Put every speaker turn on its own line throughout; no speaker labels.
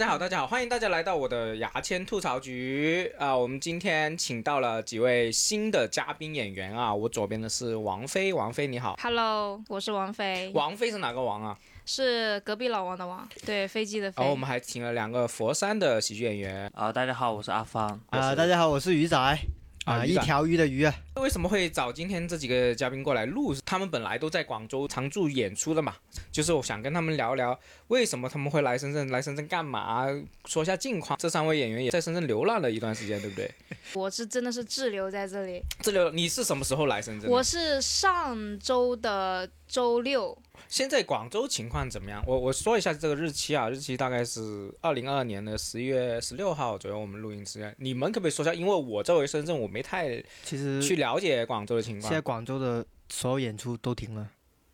大家好，大家好，欢迎大家来到我的牙签吐槽局啊、我们今天请到了几位新的嘉宾演员啊，我左边的是王菲，王菲你好，
Hello，我是王菲，
王菲是哪个王啊？
是隔壁老王的王，对，飞机的飞。
然
哦
后我们还请了两个佛山的喜剧演员
啊、大家好，我是阿芳。
我
啊、
是
大家好，我是鱼仔啊、
鱼
一
仔
条鱼的鱼啊，
为什么会找今天这几个嘉宾过来录？他们本来都在广州常驻演出的嘛，就是我想跟他们聊聊为什么他们会来深圳，来深圳干嘛？说一下近况。这三位演员也在深圳流浪了一段时间，对不对？
我是真的是滞留在这里，
这流你是什么时候来深圳的？
我是上周的周六，
现在广州情况怎么样？我我说一下这个日期啊，日期大概是二零二二年的十一月十六号左右，我们录音时间。你们可不可以说一下？因为我作为深圳，我没太
其实
去了解广州的情
现在
况，
广州的所有演出都停了，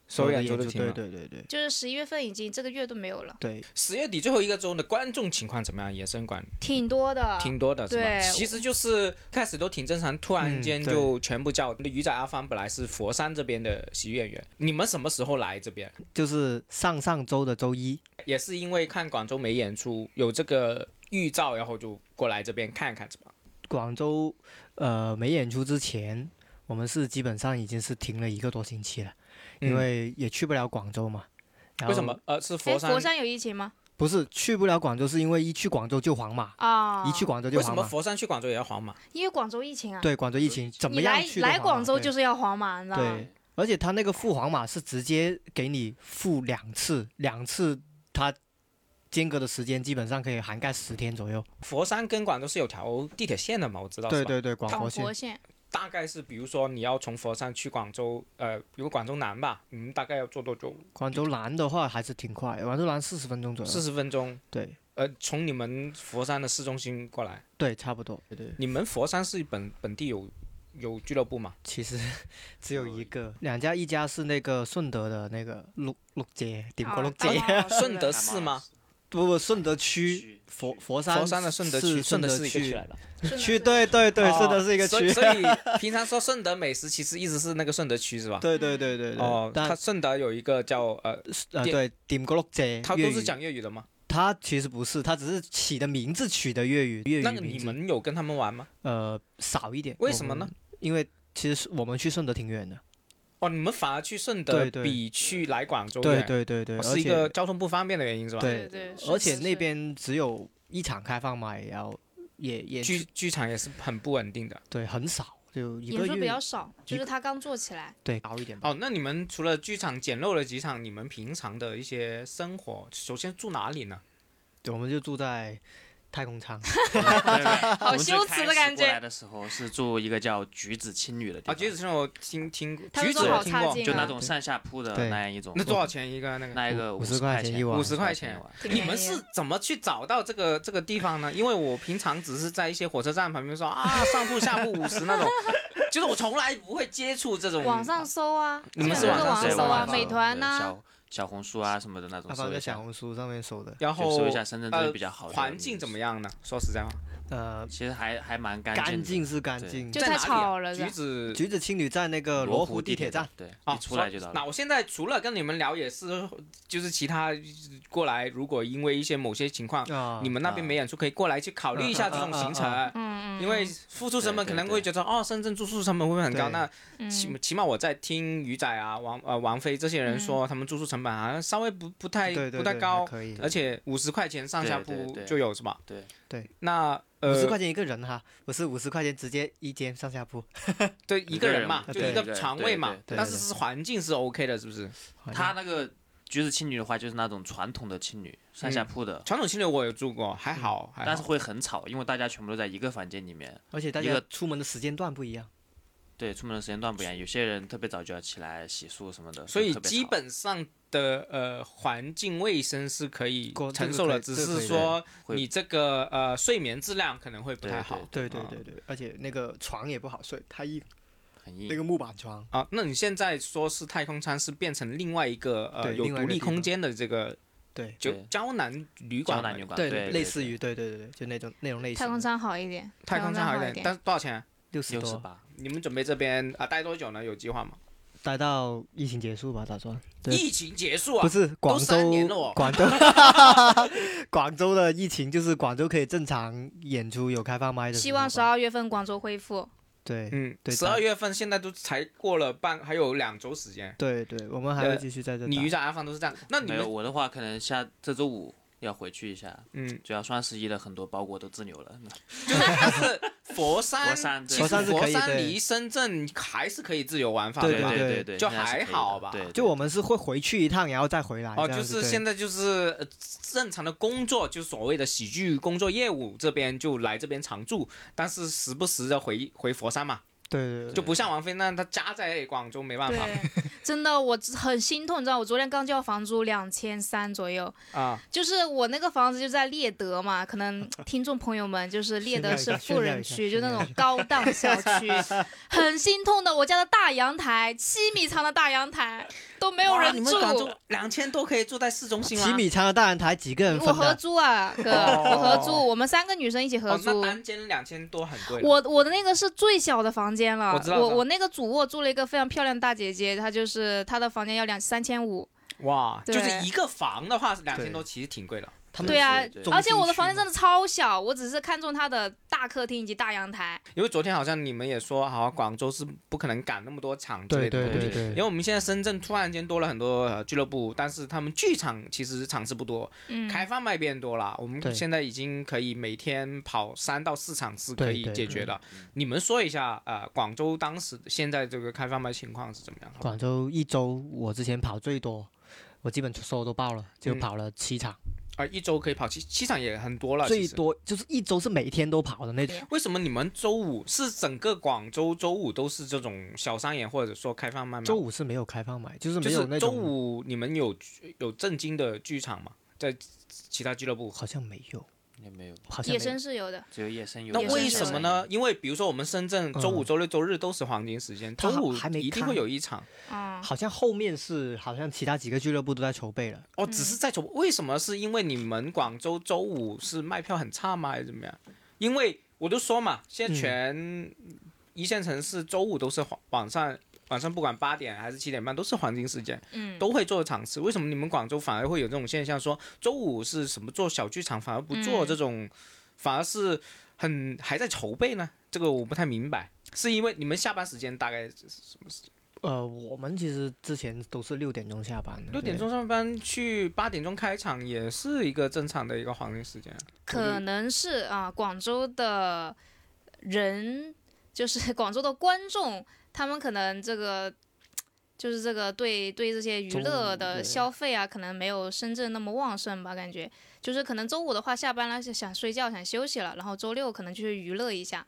所有
的
演出
演
都
出
停
对
了。
对对对
就是十一月份已经这个月都没有了，
对，
十月底最后一个周的观众情况怎么样？野生馆
挺多的。
挺多的，是吧？
对
其实就是开始都挺正常，突然间
嗯对
就全部叫。鱼仔阿芳本来是佛山这边的喜剧演员，你们什么时候来这边？
就是上上周的周一，
也是因为看广州没演出，有这个预兆，然后就过来这边看看，是吧？
广州呃没演出之前，我们是基本上已经是停了一个多星期了，
嗯
因为也去不了广州嘛。然
为什
后
么？呃，是
哎，
佛山。
佛山有疫情吗？
不是去不了广州？是因为一去广州就黄码，
啊，
一去广州就
为什
黄
么
码。
佛山去广州也要黄码？
因为广州疫情啊。，
对，广州疫情怎么
你
样
来
去都
来
黄码
广州
对
就是要黄码，你知道吗？
对，而且他那个付黄码是直接给你付两次，两次他间隔的时间基本上可以涵盖十天左右。
佛山跟广州是有条地铁线的嘛？我知道，
对
是吧，
对对，广
广
佛
佛
线
线
大概是比如说你要从佛山去广州，呃，比如广州南吧，你们大概要坐多久？
广州南的话还是挺快，广州南四十分钟左右。
四十分钟。
对
呃，从你们佛山的市中心过来，
对，差不多。对对，
你们佛山是本本地有有俱乐部嘛？
其实 只有一个，两家，一家是那个顺德的那个陆陆街，顶
啊
过陆
当
街，
然了
顺德市吗？
不不，顺德区佛佛山
佛山的顺德区，
是
顺
顺
德
德
是一个区
区
来的。
顺德
区，
市
对对对，
哦
顺德是一个
所
区
以。所以平常说顺德美食，其实一直是那个顺德区是吧？
对对对对对，
哦，
但
它顺德有一个叫呃，
呃
点
对，顶过陆街，
它
粤
都是
语
讲粤语的吗？
他其实不是，他只是起的名字取的粤语粤语
那个
名
你
字
们有跟他们玩吗？
呃少一点，
为什么呢
我们？因为其实是我们去顺德挺远的，
哦，你们反而去顺德
对对
比去来广州
对
远，
对对对，
哦
而
是一
且
个交通不方便的原因是吧？
对
对对
而且
是
那边只有一场开放嘛，也要也也
剧剧场也是很不稳定的。
对很少，就一
演
个
出比
月
较少，就是他刚做起来。
对高一点吧。
哦，那你们除了剧场简陋了几场，你们平常的一些生活，首先住哪里呢？
对我们就住在太空 舱，
哦
好羞耻的感觉
我们最开始过来的时候是住一个叫橘子青旅的地
啊，
方，
橘子村我听听过，
他
橘
们
子
说
我
好
听
差
过，
劲
就
啊，
那种上下铺的
对
那样一种。
那多少钱一个那个？
那一个
五
十
50块钱
钱
一晚
50块钱
一晚
挺
你
便
们
宜
是怎么去找到这个这个地方呢？因为我平常只是在一些火车站旁边说啊上铺下铺五十那 种，就是我从来不会接触这种
网上搜啊，
你们
基
是
本
网
都
上
网
搜
搜
啊
啊，
网上
美团呐，
呐、小小红书啊什么的那种
他放
搜
在
一
小
下，
红书上面搜的，
然
就
后
搜一下深圳这
呃
边比较好的
环境怎么
样？
样呢？说实在话，
呃，
其实还还蛮干
干
净
净是干
对
净
就。
在
太
哪里
吵
啊？
了是
橘
吧
子
橘子青旅在
的，
那个罗
罗
湖
地
铁
站
站，，
对，
啊
一，出来
说
就到了。
那我现在除了跟你们聊，也是就是其他过来，如果因为一些某些情况，
啊，
你们那边没演出，可以过来去考虑一下这种行程。
嗯嗯
嗯嗯，
因为付出成本可能会觉得哦，深圳住宿成本会不会很高？
对
那
嗯
起起码我在听鱼仔啊、王呃王菲这些人
嗯
说，他们住宿成本好像稍微不不太
对对
不
对
太高
还，可以，
而且五十块钱上下
对对
铺
对
就有是吧？
对
对。
那
五十
呃，
块钱一个人哈，不是五十块钱直接一间上下铺，
对一个人嘛，
一
就
个
一
人
个床位嘛
对，
对对
但是是环境是 OK 的，是不是？
他那个橘子青旅的话，就是那种传统的青旅，上下铺的，
传统青旅我有住过，还
嗯
好，还好
但是会很吵，因为大家全部都在一个房间里面。
而且大
一
家
个
出门的时间段不一样。
对，出门的时间段不一样，有些人特别早就要起来洗漱什么的，
所以
特别
基
吵
本上的呃环境卫生是可以
过这
承
个
受
可
了，只
以这个可
是
以
说
会
你这个呃睡眠质量可能会不
对
太好
对对
啊
对对，而且那个床也不好睡，太硬，
很硬
那。个木板床。
啊。那你现在说是太空舱是变成另外一个呃
对
有
另外
独
一个
立
地方
空间的这个
对
就
对
胶囊旅馆
胶
嘛，
囊旅馆对啊对
类似
对
于对对对对，就那种那种类型。
太空舱好一点，
太空舱好一
好
点，但是多少钱啊？
六十
六十
多，
八，
你们准备这边啊待多久呢？有计划吗？
待到疫情结束吧，打算。对，
疫情结束
不
啊，
是广
三年了
州
哦，
广州，广州的疫情就是广州可以正常演出，有开放麦的时候吧。
希望十二月份广州恢复。
对
嗯，
对
十二月份现在都才过了半，还有两周时间。
对对，我们还
呃
会继续在这打。
你鱼仔阿方都是这样，那你
没有
们
我的话，可能下这周五要回去一下，
嗯，
主要双十一的很多包裹都滞留了。
就是还是佛山，
佛山对
其实
佛山是
佛
可以
山
对
离深圳还是可以自由玩法
对
的吧？
对
对
对
对，
就
现在是
还
可以的
好吧
对，
就我们是会回去一趟，然后再回来。
哦，
这
就
样子
是现
对
在就是呃正常的工作，就是所谓的喜剧工作业务这边就来这边常驻，但是时不时的回回佛山嘛，
对对
就
对，
不像王菲那样她家在广州没办法
对，真的我很心痛，你知道，我昨天刚交房租两千三左右，
啊。
就是我那个房子就在猎德嘛，可能听众朋友们就是猎德是富人区，就
炫
那
耀一下
种高档小 区，很心痛的。我家的大阳台，七米长的大阳台都没有
哇
人
你们
住，
广州两千多可以住在市中心哦
七
啦。
米长的大阳台几个人
啊我
分
合
的？
租啊，哥，我合租，我们三个女生一起合
哦，
租
那。单间两千多很贵了。
我我的那个是最小的房间了，
我知道
我
知道
那个主卧住了一个非常漂亮的大姐姐，她就是她的房间要两三千五，
哇，就
对
是一个房的话，两千多其实挺贵了。
他们
对啊
对，
中
而且
心
我的
区
房间
嘛
真的超小，我只是看中她的大客厅以及大阳台，
因为昨天好像你们也说，好像广州是不可能赶那么多场之类
对
的
对
东西。
对
对
对
因为，我们现在深圳突然间多了很多呃俱乐部，但是他们剧场其实场次不多，
嗯，
开放麦变多了，我们
对
现在已经可以每天跑三到四场是可
对
以
对
解决的。你们说一下，呃，广州当时现在这个开放麦情况是怎么样？
广州一周我之前跑最多，我基本所有都报了，就
嗯
跑了七场，
啊，一周可以跑七七场也很多了，
最
其实。
多就是一周是每天都跑的那种。
啊
为什么你们周五是整个广州周五都是这种小商演或者说开放麦吗？
周五是没有开放麦，就是
啊就
没有
是
那
周
种，
五你们有有正经的剧场吗？在其他俱乐部？
好像没有，
也没有，
好像
野
没有
生是有的，嗯
只有夜深有。
那
也是
为
这
什
样
么呢？因为比如说我们深圳周五、
嗯
周六、周日都是黄金时间，周
它
五
还没
一定
开
会有一场。
嗯，
好像后面是好像其他几个俱乐部都在筹备了，
哦，只是在筹，为什么？是因为你们广州周五是卖票很差吗？还是怎么样？因为我都说嘛，现在
嗯
全一线城市周五都是黄晚上，晚上不管八点还是七点半都是黄金时间，
嗯，
都会做场次。为什么你们广州反而会有这种现象说，周五是什么做小剧场，反而不做
嗯
这种，反而是很还在筹备呢？这个我不太明白，是因为你们下班时间大概
呃，我们其实之前都是六点钟下班的，
六点
对
钟上班去八点钟开场，也是一个正常的一个黄金时间啊。
可能是啊，广州的人就是 广州的观众，他们可能这个就是这个对对这些娱
周
乐
五
的
对
消费啊，可能没有深圳那么旺盛吧，感觉就是可能周五的话下班了就想睡觉想休息了，然后周六可能去娱乐一下，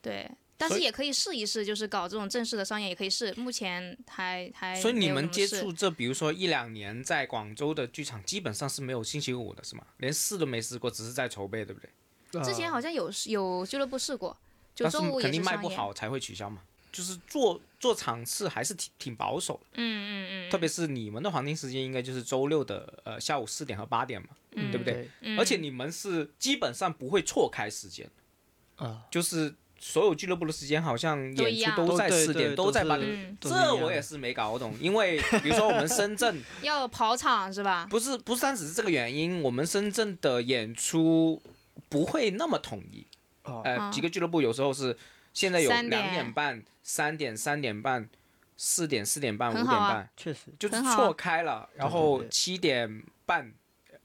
对。但是
所以
也可以试一试，就是搞这种正式的商业也可以试。目前还还
所以
哎没
你
有
们
怎么
接
试
触这，比如说一两年，在广州的剧场基本上是没有星期五的，是吗？连试都没试过，只是在筹备，对不对？
之
呃
前好像有有俱乐部试过，就
但是
周五也
肯定
是
卖
商
不
业。
好才会取消嘛。就是做做场次还是挺挺保守的，
嗯嗯嗯，
特别是你们的黄金时间应该就是周六的呃下午四点和八点嘛，
嗯
对不对？
嗯
而且你们是基本上不会错开时间，
啊，
就是所有俱乐部的时间好像
都一
演
样
出都在
对
四
对
点，
都
在
是
八点。
嗯，
都
这
一样
我也是没搞懂，因为比如说我们深圳
要跑场是吧？
不是不单只是这个原因，我们深圳的演出不会那么统一。
哦
呃，
啊
几个俱乐部有时候是现在有两
三点
点半、三点、三点半、四点、四点半、五
很
点
好啊
半，
确实
就是
很好啊
错开了，然后
对对对
七点半、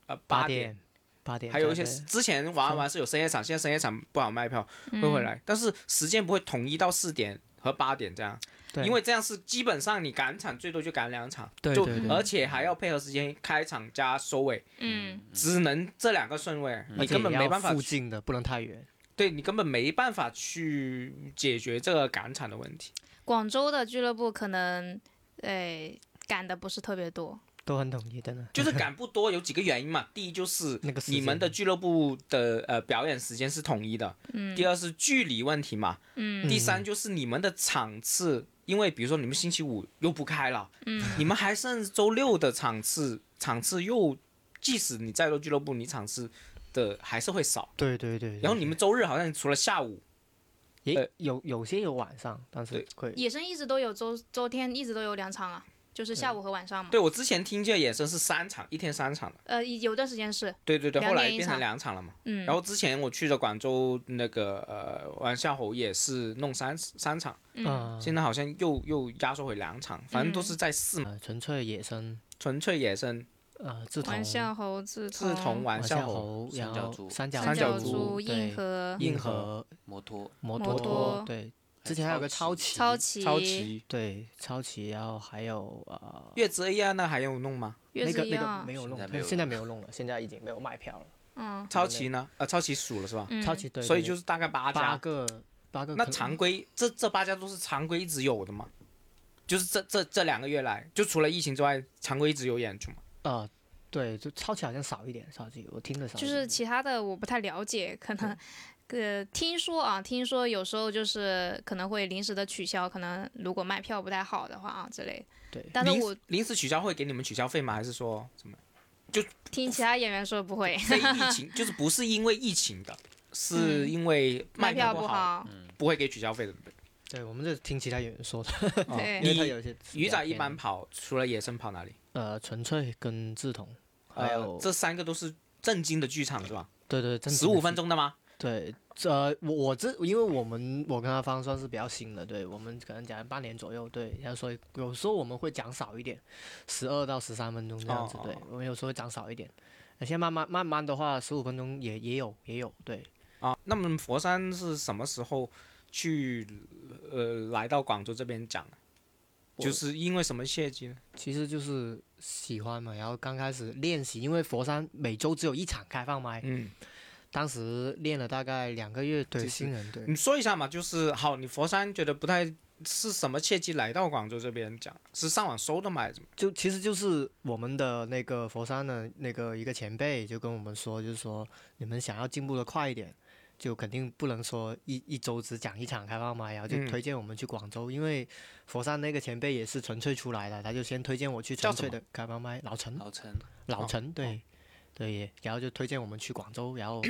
呃
八
八点，
点八点，
还有一些
对对
之前玩完是有深夜场，现在深夜场不好卖票
嗯
会回来，但是时间不会统一到四点。和八点这样，
对
因为这样是基本上你赶场最多就赶两场，
对对
就
对
而且还要配合时间开场加收尾，
嗯，
只能这两个顺位，
嗯而
你
且
根本
也
没
要
办法
附近的不能太远，
对你根本没办法去解决这个赶场的问题。
广州的俱乐部可能，哎，赶的不是特别多。
都很统一，真的
就是赶不多，有几个原因嘛。第一就是
那个时间
你们的俱乐部的呃表演时间是统一的，
嗯
第二是距离问题嘛，
嗯
第三就是你们的场次，因为比如说你们星期五又不开了，
嗯，
你们还剩周六的场次，场次又即使你再多俱乐部，你场次的还是会少。
啊对对对，对
然后你们周日好像除了下午
也
呃
有有些有晚上，但是
对
会
野生一直都有周周天一直都有两场啊，就是下午和晚上嘛。
对我之前听见野生是三场，一天三场的，
呃，有段时间是，
对对对，
两
后来
点一
变成
场
两场了嘛。
嗯，
然后之前我去的广州那个呃玩夏侯也是弄三三场，
嗯，
嗯
现在好像又又压缩回两场，反正都是在四嘛，
呃纯粹野生
纯粹野生、
呃志同
玩笑猴子、
志同、玩
玩笑
猴、
三
猴，然
角
后
猪
三
角
三角
猪
猪、
对
硬核、
硬
硬核
核
摩托，
摩
摩
托
托
对，之前还有个超
级
奇
超奇、
超奇、
对超奇，然后还有呃
月之 A 啊，那还有弄吗？
月
那
子
个
一
那
样啊
个没，有弄
现在没有，
现在没有弄了，现在已经没有卖票了。
嗯
超奇呢？呃，超奇数了是吧？
嗯，
超级对，
所以
对
就是大概八家。
八个八个可
那
能，
常规这这八家都是常规一直有的嘛？就是这这这两个月来，就除了疫情之外，常规一直有演出嘛？
呃，对，就超级好像少一点，超级我听的少一
就
点，
是其他的我不太了解，可能呃听说啊，听说有时候就是可能会临时的取消，可能如果卖票不太好的话啊之类的。
对
但是
临
我
临时取消会给你们取消费吗？还是说什么？
听其他演员说不会，
非疫情 就是不是因为疫情的，
嗯
是因为卖
卖票
不
不
好，
好。
不会给取消费的，对不对？
对，我们这听其他演员说的，
哦
对
因为
你
他有一些是
鱼
比较
仔一
偏
般跑，除了野生跑哪里？
呃纯粹跟志同，还
呃
有
这三个都是正经的剧场是吧？
对对，真
十
正的
五分
是
钟的吗？
对，呃，我我这因为我们我跟阿芳算是比较新的，对我们可能讲半年左右，对，然后所以有时候我们会讲少一点，十二到十三分钟这样子，对
哦
我们有时候会讲少一点。那现在慢慢慢慢的话，十五分钟也也有也有，对，
啊，那么佛山是什么时候去呃来到广州这边讲的？
我
就是因为什么契机呢？
其实就是喜欢嘛，然后刚开始练习，因为佛山每周只有一场开放麦，
嗯，
当时练了大概两个月，对新人对，
你说一下嘛，就是好，你佛山觉得不太是什么契机来到广州这边讲，是上网搜的吗？还是怎么？
就其实就是我们的那个佛山的那个一个前辈就跟我们说，就是说你们想要进步的快一点，就肯定不能说一一周只讲一场开放麦，然后就
嗯
推荐我们去广州，因为佛山那个前辈也是纯粹出来的，他就先推荐我去
叫
纯
什
粹的开放麦，老陈，
老陈，
老
哦
陈对。对，然后就推荐我们去广州，然后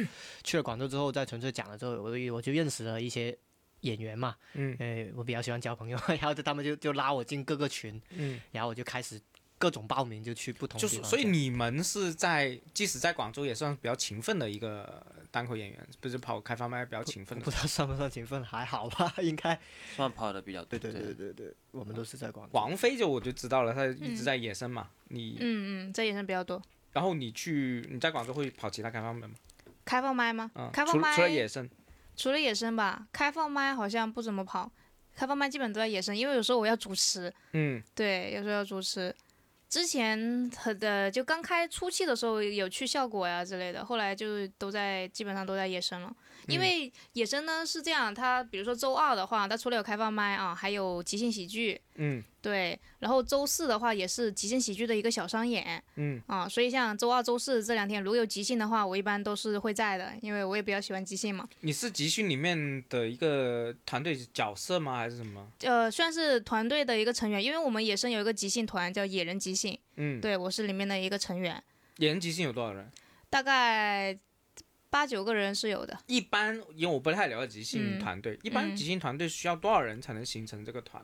去了广州之后，在纯粹讲了之后，我就我就认识了一些演员嘛，
嗯
呃，我比较喜欢交朋友， 然后就他们就就拉我进各个群，
嗯，
然后我就开始各种报名，就去不同
就
地方
是
讲。
所以你们是在即使在广州也算比较勤奋的一个单口演员，不是跑开放麦比较勤奋
不
的。
知道算不算勤奋，还好吧，应该。
算跑的比较多。
对对，我们都是在广
王菲就我就知道了，她一直
嗯
在野生嘛，你
嗯嗯，这演员比较多。
然后你去你在广州会跑其他开放麦吗？
开放麦吗？
啊、
开
除
放
了
麦
除了野生，
除了野生吧，开放麦好像不怎么跑，开放麦基本都在野生，因为有时候我要主持，
嗯，
对，有时候要主持。之前和的就刚开初期的时候有去效果呀之类的，后来就都在基本上都在野生了。
嗯
因为野生呢是这样，它比如说周二的话，它除了有开放麦啊，还有即兴喜剧，
嗯
对，然后周四的话也是即兴喜剧的一个小商演，
嗯
啊，所以像周二、周四这两天如果有即兴的话，我一般都是会在的，因为我也比较喜欢即兴嘛。，
你是集训里面的一个团队角色吗？还是什么？
呃，算是团队的一个成员，因为我们野生有一个即兴团叫野人即兴，
嗯，
对我是里面的一个成员，
野人集训有多少人？
大概八九个人是有的。
一般，因为我不太了解集训
嗯
团队，一般
嗯
集训团队需要多少人才能形成这个团？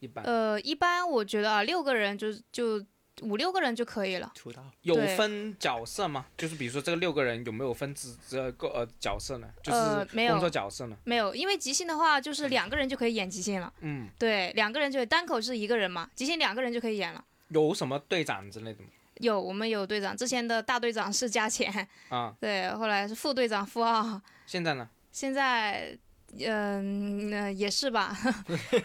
一般、
呃，一般我觉得啊，六个人就就五六个人就可以了。
出道。
有
对
分角色吗？就是比如说这个六个人有没有分职这个呃角色呢？就是
呃没有
工作角色呢？
没有，因为即兴的话，就是两个人就可以演即兴了。
嗯，
对，两个人就单口是一个人嘛，即兴两个人就可以演了。
有什么队长之类的吗？
有，我们有队长，之前的大队长是加钱，
啊，
对，后来是副队长付奥，
现在呢？
现在，嗯、呃也是吧，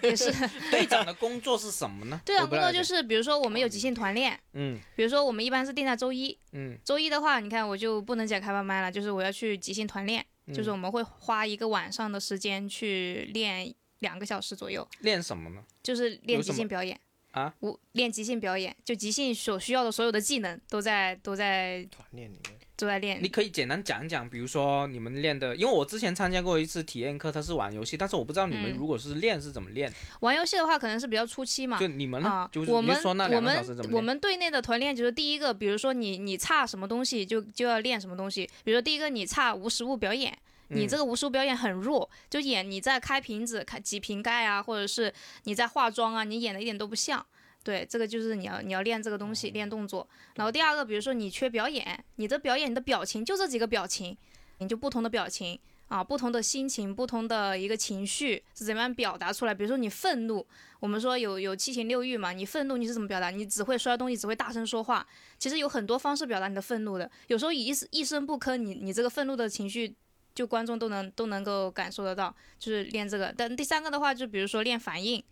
也是。
队长的工作是什 么呢？
队长
我不
工
了
作
解
啊就是，比如说我们有即兴团练，
嗯
比如说我们一般是定在周一，
嗯，
周一的话，你看我就不能讲开放麦了，就是我要去即兴团练，
嗯
就是我们会花一个晚上的时间去练两个小时左右，
练什么呢？
就是练
有什
即
么
兴表演。
啊，
我练即兴表演，就即兴所需要的所有的技能都在都在
团练里面，
都在练
你。可以简单讲一讲，比如说你们练的，因为我之前参加过一次体验课，它是玩游戏，但是我不知道你们
嗯
如果是练是怎么练，
玩游戏的话，可能是比较初期嘛，
就你们呢，
啊，
就是
我
你
们
说那
我
两个
们
小时怎么
我
练？
们队内的团练就是第一个，比如说你你差什么东西就就要练什么东西，比如说第一个你差无实物表演，
嗯
你这个无实物表演很弱，就演你在开瓶子、开挤瓶盖啊，或者是你在化妆啊，你演的一点都不像。对，这个就是你要你要练这个东西，
哦
练动作。然后第二个，比如说你缺表演，你的表演你的表情就这几个表情，你就不同的表情啊，不同的心情，不同的一个情绪是怎么样表达出来。比如说你愤怒，我们说有有七情六欲嘛，你愤怒你是怎么表达？你只会摔东西，只会大声说话，其实有很多方式表达你的愤怒的，有时候一一声不吭，你你这个愤怒的情绪，就观众都能都能够感受得到，就是练这个。但第三个的话，就比如说练反应，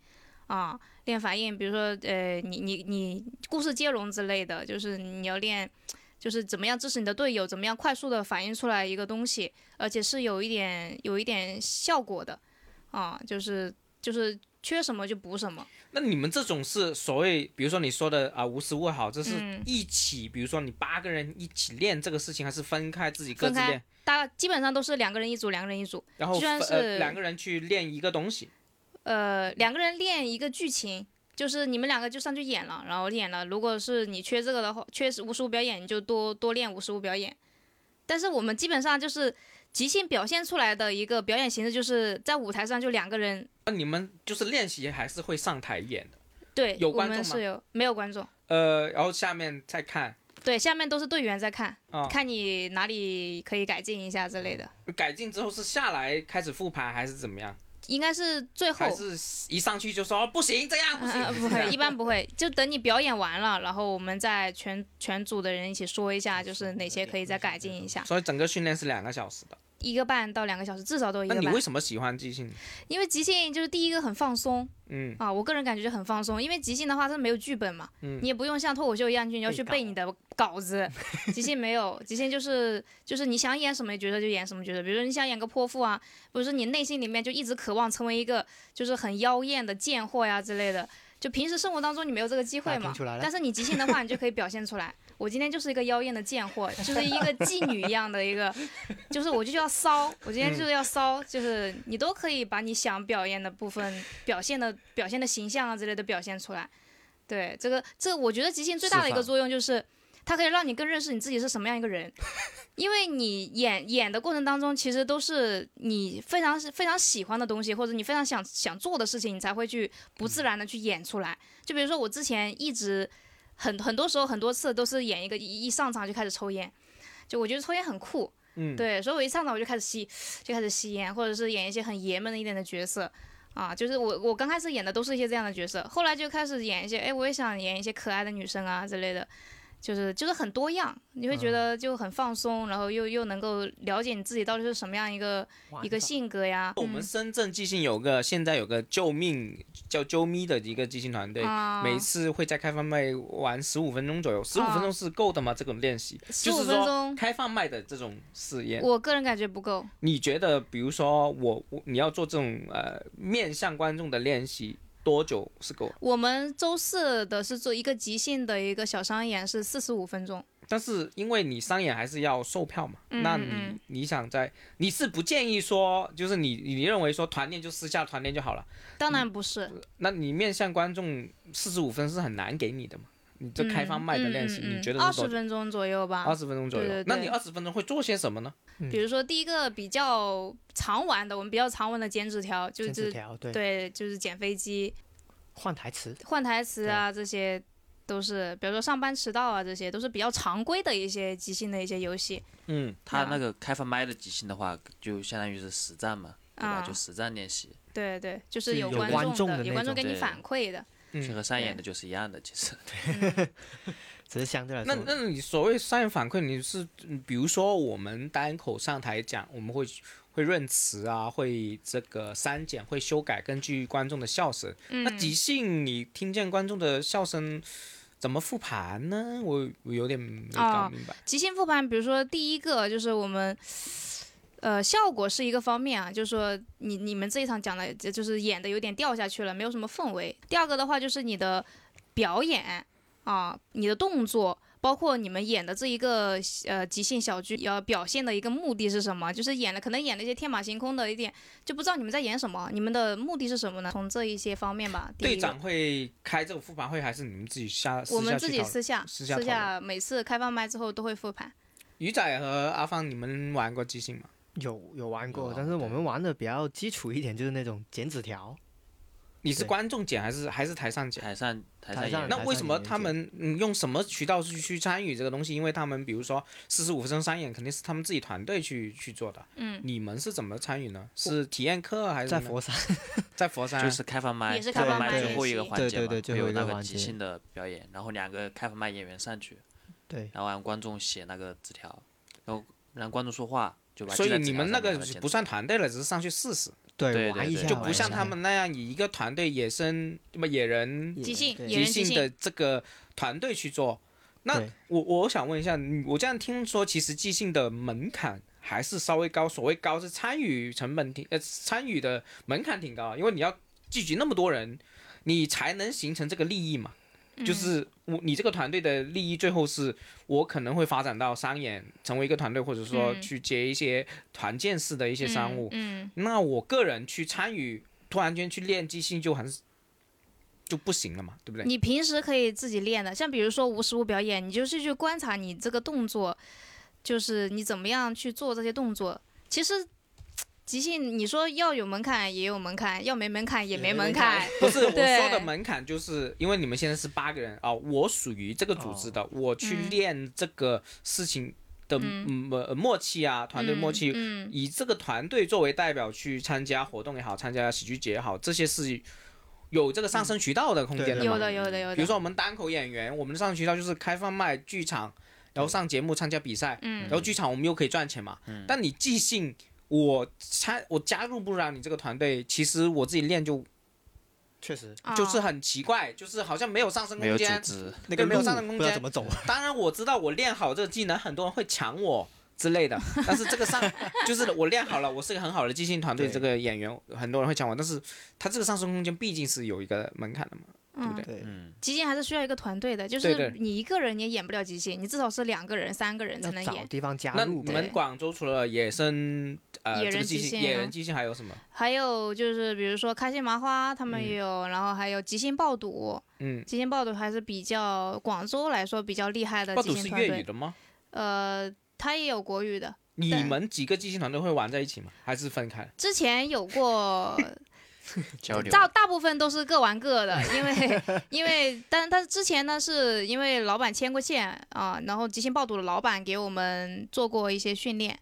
啊，练反应，比如说呃，你你你故事接龙之类的，就是你要练，就是怎么样支持你的队友，怎么样快速的反应出来一个东西，而且是有一点有一点效果的，啊，就是就是缺什么就补什么，
那你们这种是所谓，比如说你说的啊、无实物也好，这是
嗯
一起，比如说你八个人一起练这个事情，还是分开自己各
分
自
开
练，，
大基本上都是两个人一组，两个人一组。
然后
居然
分呃
是
两个人去练一个东西，
呃，两个人练一个剧情，就是你们两个就上去演了，然后演了。如果是你缺这个的话，缺无实物表演，你就多多练无实物表演。但是我们基本上就是即兴表现出来的一个表演形式，就是在舞台上就两个人
那你们就是练习还是会上台演的，
对，
有
我
观
们
众吗
是有没有观众？
呃，然后下面再看
对，下面都是队员在看，
啊、嗯
看你哪里可以改进一下之类的。
改进之后是下来开始复盘还是怎么样？
应该是最后
还是一上去就说、哦不行这 样不行，
啊不会，一般不会，就等你表演完了，然后我们再全全组的人一起说一
嗯
下，就是哪些可以再改进一下。
所以整个训练是两个小时的。
一个半到两个小时，至少都有一
那
个
你为
半。
什么喜欢即兴？
因为即兴就是第一个很放松
嗯，
啊，我个人感觉就很放松，因为即兴的话它没有剧本嘛，
嗯
你也不用像脱口秀一样去你要去背你的稿 子，即兴没有，即兴就是就是你想演什么角色就演什么角色，比如说你想演个泼妇啊，或者是你内心里面就一直渴望成为一个就是很妖艳的贱货呀之类的。就平时生活当中你没有这个机会
那
嘛
听出来，了
但是你即兴的话，你就可以表现出来。我今天就是一个妖艳的贱货，就是一个妓女一样的一个，就是我就要骚，我今天
嗯
就是要骚，就是你都可以把你想表演的部分、表现的、表现的形象啊之类的表现出来。对，这个这个我觉得即兴最大的一
释
个
放
作用就是，它可以让你更认识你自己是什么样一个人， 因为你演演的过程当中，其实都是你非常非常喜欢的东西，或者你非常想想做的事情，你才会去不
嗯
自然的去演出来。就比如说我之前一直很很多时候很多次都是演一个一一上场就开始抽烟，就我觉得抽烟很酷，
嗯
对，所以我一上场我就开始吸，就开始吸烟，或者是演一些很爷们的一点的角色。啊，就是我我刚开始演的都是一些这样的角色，后来就开始演一些，哎，我也想演一些可爱的女生啊之类的，就是就是很多样，
嗯
你会觉得就很放松，然后又又能够了解你自己到底是什么样一个一个性格呀。嗯
我们深圳即兴有个现在有个救命叫啾咪的一个即兴团队，
啊
每次会在开放麦玩十五分钟左右，十五
啊
分钟是够的吗？这种练习，
15
就是
分
说
钟
开放麦的这种试验，
我个人感觉不够，
你觉得，比如说我我你要做这种呃面向观众的练习，多久是够的？
我们周四的是做一个即兴的一个小商演，是四十五分钟。
但是因为你商演还是要售票嘛，
嗯
那
嗯
你
嗯
你想在你是不建议说，就是你你认为说团练就私下团练就好了，
当然不是，
那你面向观众四十五分是很难给你的嘛？你
嗯
这开放麦的练习，你觉得
二
是多
十
久？
分钟左右吧？
二十分钟左右，
对对对
那你二十分钟会做些什么呢？
嗯
比如说第一个比较常玩的，我们比较常玩的剪纸条，就
剪纸
是
条，对，
对，就是捡飞机、
换台词，
换台词啊，这些都是，比如说上班迟到啊，这些都是比较常规的一些即兴的一些游戏。
嗯，
他
嗯
那个开放麦的即兴的话，就相当于是实战嘛，对吧？
啊
就实战练习，
对对，就是
是
有
有
观
观众
的，
的
有
那
观众
种
给你
对
反馈的。
这
嗯，
和上演的就是一样的，其实。
只是相对来
那
说，
那你所谓商业反馈，你是嗯比如说我们单口上台讲，我们会会润词啊，会这个删减，会修改，根据观众的笑声。
嗯
那即兴你听见观众的笑声，怎么复盘呢？我我有点没搞
啊
明白。
即兴复盘，比如说第一个就是我们，呃，效果是一个方面啊，就是说你你们这一场讲的，就是演的有点掉下去了，没有什么氛围。第二个的话就是你的表演啊，你的动作。包括你们演的这一个呃即兴小剧要表现的一个目的是什么？就是演了可能演了一些天马行空的一点，就不知道你们在演什么，你们的目的是什么呢？从这一些方面吧。第一
队
个
长会开这个复盘会，还是你们自己下私
我们
下
自
去
己
讨论？
私下
私下
私
讨论
下每次开放麦之后都会复盘。
鱼仔和阿芳，你们玩过即兴吗？
有有玩过，
玩
但是
过
我
对
们玩的比较基础一点，就是那种剪纸条。
你是
对
观众剪还是还是台上剪？
台上台
台
上
上
演
那
台
为
上
什么
演员
他
剪
们嗯用什么渠道去去参与这个东西？因为他们比如说四十五分钟商演，肯定是他们自己团队去去做的。嗯，你们是怎么参与呢？是体验课还是
在
什么
佛山，
在佛山啊？
就是开放麦，
也是
开放麦
最后一个环节嘛，
对对对
会有
最后
那
一个
个
环
即
节
兴的表演，然后两个开放麦演员上去，
对，
然后让观众写那个纸条，然后让观众说话，就把
所
记
以
在纸
你
条
们
上
那
面
个
把它剪
不
出
算团队了，只是上去试试，
对
玩
对
一
对
下，
就
对
不
玩一
像
下
他们那样以一个团队野生么野人
即兴
对
演
即
员即
兴
兴
的这个团队去做。那
对
我我想问一下，你我这样听说，其实即兴的门槛还是稍微高，所谓高是参与成本挺呃参与的门槛挺高，啊因为你要聚集那么多人，你才能形成这个利益嘛。
嗯
就是我你这个团队的利益，最后是我可能会发展到商演，成为一个团队，或者说
嗯
去接一些团建式的一些商务。
嗯，
那我个人去参与，突然间去练即兴就很就不行了嘛，对不对？
你平时可以自己练的，像比如说无实物表演，你就是去观察你这个动作，就是你怎么样去做这些动作。其实即兴，你说要有门槛也有门槛，要没门槛也没门槛。
不是我
对
说的门槛，就是因为你们现在是八个人啊、我属于这个组织
哦
的，我去
嗯
练这个事情的嗯呃默契啊，团队默契，
嗯，
以这个团队作为代表去参加活动也好，参加喜剧节也好，这些是有这个上升渠道的空间
对
的
的
嘛
有。的有的有的。
比如说我们单口演员，我们的上升渠道就是开放麦、剧场，然后上节目参加比赛，
嗯
然后剧场我们又可以赚钱嘛。但你即兴，我参我加入不了你这个团队，其实我自己练就
确实
啊，
就是很奇怪，就是好像没有上升
没有
空
组
间。
织，
那个
没有
路
上升空
不知道
间
怎么走。
当然我知道我练好这个技能，很多人会抢我之类的，但是这 个上就是我练好了，我是个很好的即兴团队
对
这个演员，很多人会抢我，但是他这个上升空间毕竟是有一个门槛的嘛，对不对？
对，
嗯，
即兴还是需要一个团队的，就
对
是
对
你一个人也演不了即兴，你至少是两个人、三个人才能
要找
演。
地方加
那
入
你
吧。
们广州除了野生呃
野
这
人
个即
即
兴
兴
野
啊
人即兴还有什么？
还有就是，比如说开心麻花他们也有，然后还有即兴爆肚，
嗯，
即兴爆肚还是比较广州来说比较厉害的
爆
即
肚
兴
是
团
粤语
队。
的吗？
呃，他也有国语的，
你们几个即兴团队会玩在一起吗？还是分开？
之前有 过，
交流
大大部分都是各玩各的，因为因为但但是之前呢，是因为老板牵过线啊、然后即兴爆肚的老板给我们做过一些训练。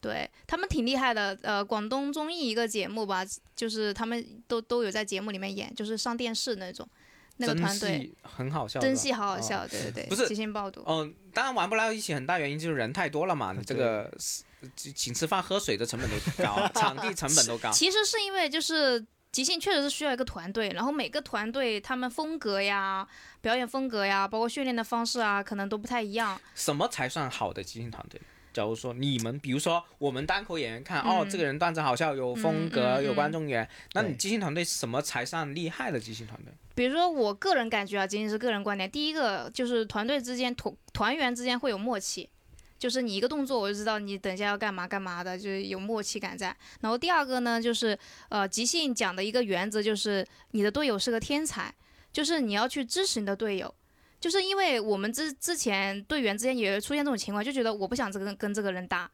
对他们挺厉害的，呃，广东综艺一个节目吧，就是他们都都有在节目里面演，就是上电视那种，那个
真
团队
戏很好笑，
真
是吧
戏好好
哦
笑，对对对，
不是
即兴爆肚，
嗯，当然玩不到一起，很大原因就是人太多了嘛，
嗯
你这个是请请吃饭喝水的成本都 高，场地成本都高。
其实是因为就是即兴确实是需要一个团队，然后每个团队他们风格呀、表演风格呀，包括训练的方式啊，可能都不太一样。
什么才算好的即兴团队？假如说你们，比如说我们单口演员看，哦，
嗯
这个人段子好笑，有风格，
嗯嗯
有观众缘，那你
对
即兴团队什么才算厉害的即兴团队？
比如说我个人感觉啊，仅仅是个人观点，第一个就是团队之间团团员之间会有默契。就是你一个动作，我就知道你等一下要干嘛干嘛的，就是有默契感在。然后第二个呢，就是呃，即兴讲的一个原则就是你的队友是个天才，就是你要去支持你的队友。就是因为我们之之前队员之间也出现这种情况，就觉得我不想这个跟这个人搭，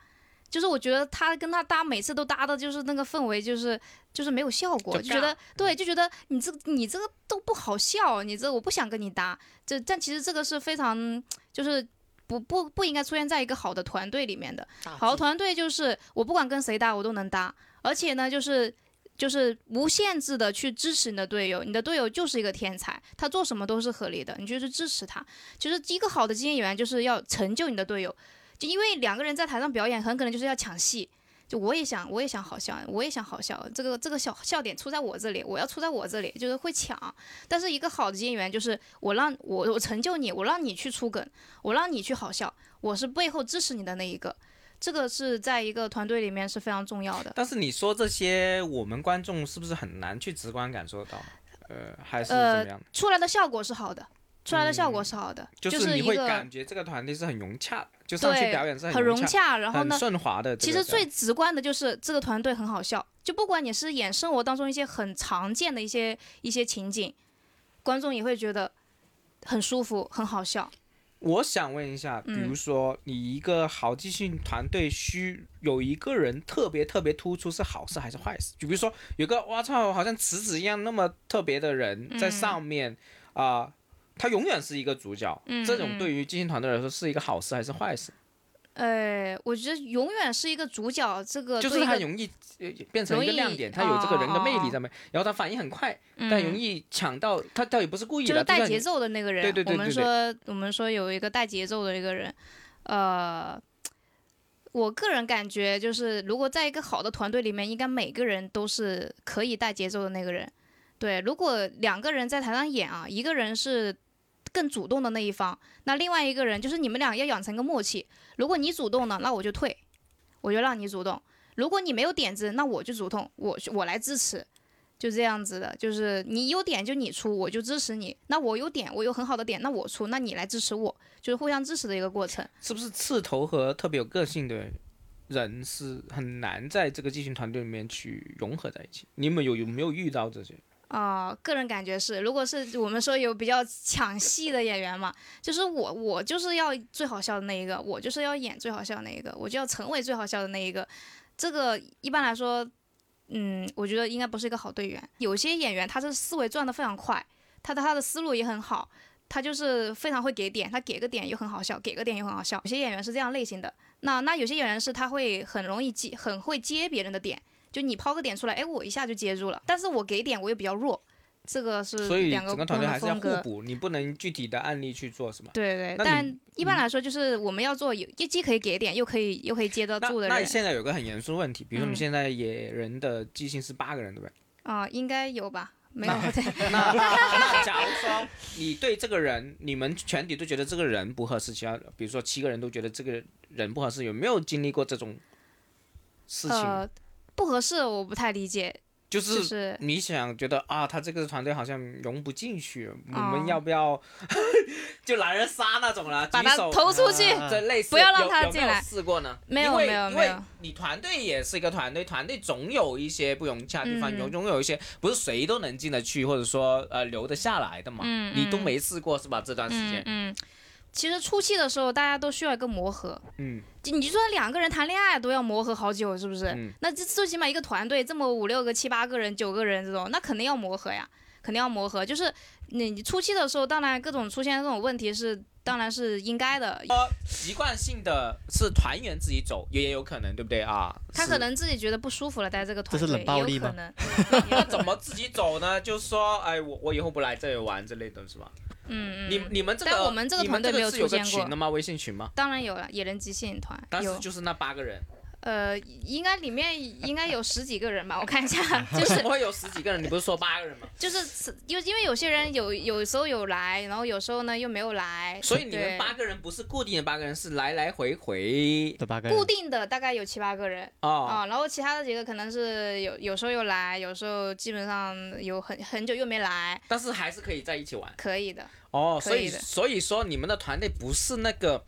就是我觉得他跟他搭每次都搭的就是那个氛围就是就是没有效果，
就
就觉得对，就觉得你这你这个都不好笑，你这我不想跟你搭。这但其实这个是非常就是不不不应该出现在一个好的团队里面的。好的团队就是我不管跟谁搭我都能搭，而且呢就是。就是无限制的去支持你的队友，你的队友就是一个天才，他做什么都是合理的，你就是支持他。就是一个好的经验演员就是要成就你的队友，就因为两个人在台上表演，很可能就是要抢戏。就我也想，我也想好笑，我也想好笑，这个这个小笑点出在我这里，我要出在我这里，就是会抢。但是一个好的经验演员就是我让我我成就你，我让你去出梗，我让你去好笑，我是背后支持你的那一个。这个是在一个团队里面是非常重要的。
但是你说这些，我们观众是不是很难去直观感受到？呃，还是怎
呃
么样？
出来的效果是好的，出来的效果是好的，
嗯就是你
一
会
个
感觉这个团队是很融洽的，就上去
对
表演是
很
融
融洽，然后
很
呢，
顺滑的这
其
个表
实
演。
最直观的就是这个团队很好笑，就不管你是演生活当中一些很常见的一些一些情景，观众也会觉得很舒服、很好笑。
我想问一下，比
嗯
如说你一个好记性团队需有一个人特别特别突出，是好事还是坏事？就比如说有个我操，好像辞职一样那么特别的人
嗯
在上面啊、他永远是一个主角。
嗯
这种对于记性团队来说是一个好事还是坏事？
呃，我觉得永远是一个主角，这个
就是
对一
他
个
容易呃变成一个
容易
亮点，他有这个人的魅
哦哦
力
哦
在面，然后他反应很快，
嗯
但容易抢到他，他也不是故意
就
的，
是带
像
节
你
奏的那个人。
对对对
我们
对对
说我们说有一个带节奏的一个人，呃，我个人感觉就是，如果在一个好的团队里面，应该每个人都是可以带节奏的那个人。对，如果两个人在台上演啊，一个人是。更主动的那一方，那另外一个人就是你们俩要养成个默契。如果你主动呢，那我就退，我就让你主动；如果你没有点子，那我就主动，我我来支持。就这样子的，就是你有点就你出，我就支持你。那我有点，我有很好的点，那我出，那你来支持我，就是互相支持的一个过程。
是不是刺头和特别有个性的人是很难在这个进行团队里面去融合在一起？你们有有没有遇到这些？
啊、个人感觉是，如果是我们说有比较抢戏的演员嘛，就是我，我就是要最好笑的那一个，我就是要演最好笑的那一个，我就要成为最好笑的那一个。这个一般来说，嗯，我觉得应该不是一个好队员。有些演员他是思维转得非常快，他的他的思路也很好，他就是非常会给点，他给个点又很好笑，给个点又很好笑。有些演员是这样类型的，那那有些演员是他会很容易接，很会接别人的点。就你抛个点出来，哎，我一下就接住了，但是我给点我又比较弱，这个是
所以
两
整
个
个团
不同
队
的
还是要
风格
互。补，你不能具体的案例去做，是吗？
对对，
那
但
你嗯
一般来说就是我们要做有，一既可以给点，又可以又可以接得
那
住的
那
人
现在有个很严肃的问题，比如说你
嗯
现在野人的记性是八个人，对不对？
啊、应该有吧？没有对，
那
啊
那假如说你对这个人，你们全体都觉得这个人不合适，其他比如说七个人都觉得这个人不合适，有没有经历过这种事情？
呃，不合适，我不太理解，
就
就是是
你想觉得啊，他这个团队好像融不进去，我们
哦
要不要 就狼人杀那种了？
把
举
他
手嗯
投出去。
啊
这类似，
不要让
有
他
有没
进
有
来
试过呢？
没有
因为
没有
因
没
为
有
你团队也是一个团队，团队总有一些不融洽的地方，
嗯
有总有一些不是谁都能进得去，或者说呃留得下来的嘛。
嗯
你都
嗯
没试过是吧？这段时
嗯
间，
嗯，其实初期的时候大家都需要一个磨合，
嗯，
就你就说两个人谈恋爱都要磨合好久，是不是？
嗯
那这最起码一个团队这么五六个、七八个人、九个人这种，那肯定要磨合呀，肯定要磨合。就是你你初期的时候，当然各种出现这种问题是当然是应该的，
习惯性的是团员自己走，也也有可能，对不对啊？
他
是
可能自己觉得不舒服了，在这个团
这
队
是冷暴力
也有可
吗
能。
那怎么自己走呢？就说哎，我我以后不来这里玩之类的是吧？
嗯嗯，
你你们这个
但我们这个
你们
团队没有
是有
出
个
现过
群的吗？微信群吗？
当然有了野人即兴团，
当时
有
就是那八个人，
呃，应该里面应该有十几个人吧，我看一下，就
为什
是
么会有十几个人？你不是说八个 人吗？
就是因为因为有些人有有时候有来，然后有时候呢又没有来，
所以你们
对
八个人不是固定的八个人，是来来回回
的八个人
固定的大概有七八个人
哦。
啊、然后其他的几个可能是有有时候又来，有时候基本上有很很久又没来，
但是还是可以在一起玩
可以的。
哦。所
可
以
以的
所以说你们的团队不是那个，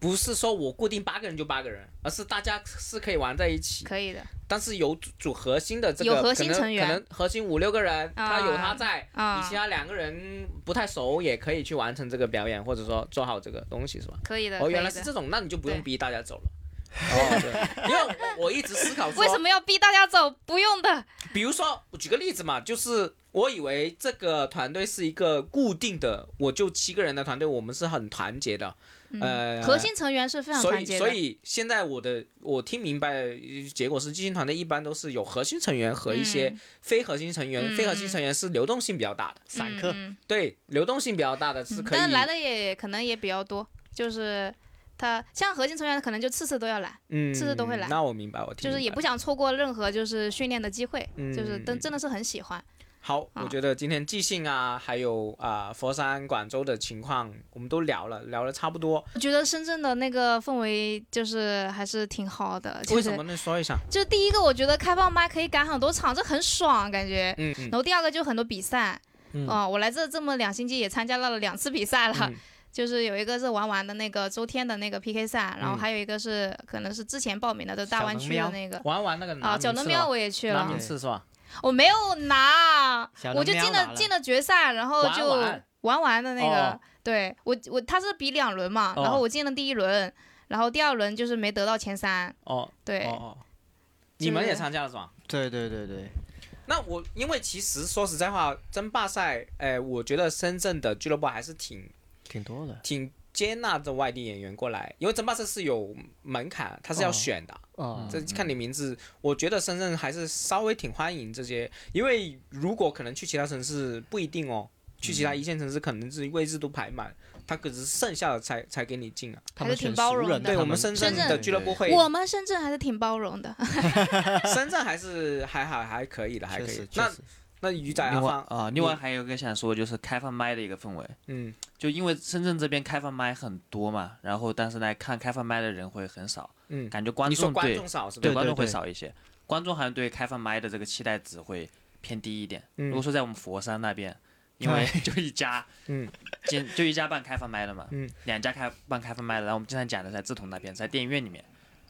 不是说我固定八个人就八个人，而是大家是可以玩在一起，
可以的
但是有组组核心的这个
有核心
可能
成员
可能核心五六个人，他有他在。
啊、
你其他两个人不太熟，也可以去完成这个表演，或者说做好这个东西，是吧？
可以的。
哦，原
可
来
以
是
的
这种，那你就不用
对
逼大家 走了。哦，对，因为我我一直思考说，
为什么要逼大家走？不用的，
比如说，我举个例子嘛，就是我以为这个团队是一个固定的，我就七个人的团队，我们是很团结的，呃，
嗯核心成员是非常
所
团
以
结的。
所以现在我的我听明白，呃结果是基金团队一般都是有核心成员和一些
嗯
非核心成员，
嗯
非核心成员是流动性比较大的，
散
嗯
客，
嗯
对，流动性比较大的是
嗯
可以
但来的也可能也比较多，就是他像核心成员可能就次次都要来，
嗯，
次次都会来
那我明白，我听
就是也不
明白
想错过任何就是训练的机会，就是
嗯
真真的是很喜欢。
好，
啊
我觉得今天即兴啊，还有啊、佛山、广州的情况，我们都聊了，聊了差不多，
我觉得深圳的那个氛围就是还是挺好的，就
为
是
什么呢？说一 下，
就第一个我觉得开放麦可以赶很多场，这很爽感觉。
嗯嗯
然。后第二个就很多比赛，
嗯
哦，我来这这么两星期也参加了两次比赛了，
嗯
就是有一个是玩玩的那个周天的那个 PK 赛，然后
嗯
还有一个是可能是之前报名的在大
小
湾
能
区的
喵
那个
玩玩那个拿
啊，小
名
能
次
喵
吧
我也去
拿
了
名，次是吧？
我没有拿
小，
我
能
就
喵
进
拿
了
了
进了决赛，然后
玩
就
玩
玩玩的那个
哦，
对我我他是比两轮嘛，
哦
然后我进了第一轮，然后第二轮就是没得到前三，
哦
对，
哦哦，
你们
就是
也参加了是吧？
对对对对，
那我因为其实说实在话，争霸赛，哎、我觉得深圳的俱乐部还是挺
挺多的
挺接纳的外地演员过来，因为争霸赛是有门槛，它是要
哦
选的，
哦，
这看你名字。我觉得深圳还是稍微挺欢迎这些，因为如果可能去其他城市不一定哦，去其他一线城市可能是位置都排满，他可是剩下的才才给你进啊。
他
还
们
是挺
选
包
熟
容
人
的
对
他
我们
们
深
深
圳
圳
的俱乐部会，
我们深圳还是挺包容的，
深圳还是还好还可以的，还
确
可以
实
的。
确
那
实
那鱼仔阿
另外
芳，
啊，另外还有一个想说就是开放麦的一个氛围，
嗯
就因为深圳这边开放麦很多嘛，然后但是来看开放麦的人会很少，
嗯，
感觉观
你说
众
观
对
众少是吧？
观众
对
会
对
少一些，观众好像对开放麦的这个期待值会偏低一点。
嗯哎
如果说在我们佛山 那边，因为就一家，
嗯，
就就一家办开放麦的嘛，
嗯，
两家开办开放麦的，然后我们经常讲的在志同那边，在电影院里面，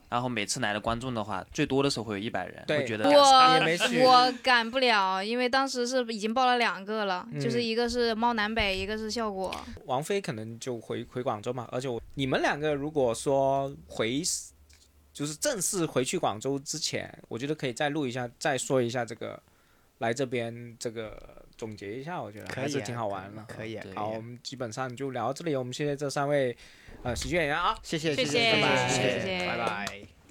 然后每次来的观众的话，最多的时候会有一百人，
对
会 觉得
也没去
我我赶不了，因为当时是已经报了两个了，
嗯
就是一个是猫南北，一个是效果，
王菲可能就回回广州嘛，而且我你们两个如果说回，就是正式回去广州之前，我觉得可以再录一下，再说一下这个来这边这个总结一下，我觉得
可以
还是
啊
挺好玩的。嗯
可以啊
对
可以
好，
啊
我，们基本上就聊到这里，我们谢谢这三位呃喜剧演员啊。
谢谢
谢
谢
谢
拜拜
谢谢谢谢
拜拜。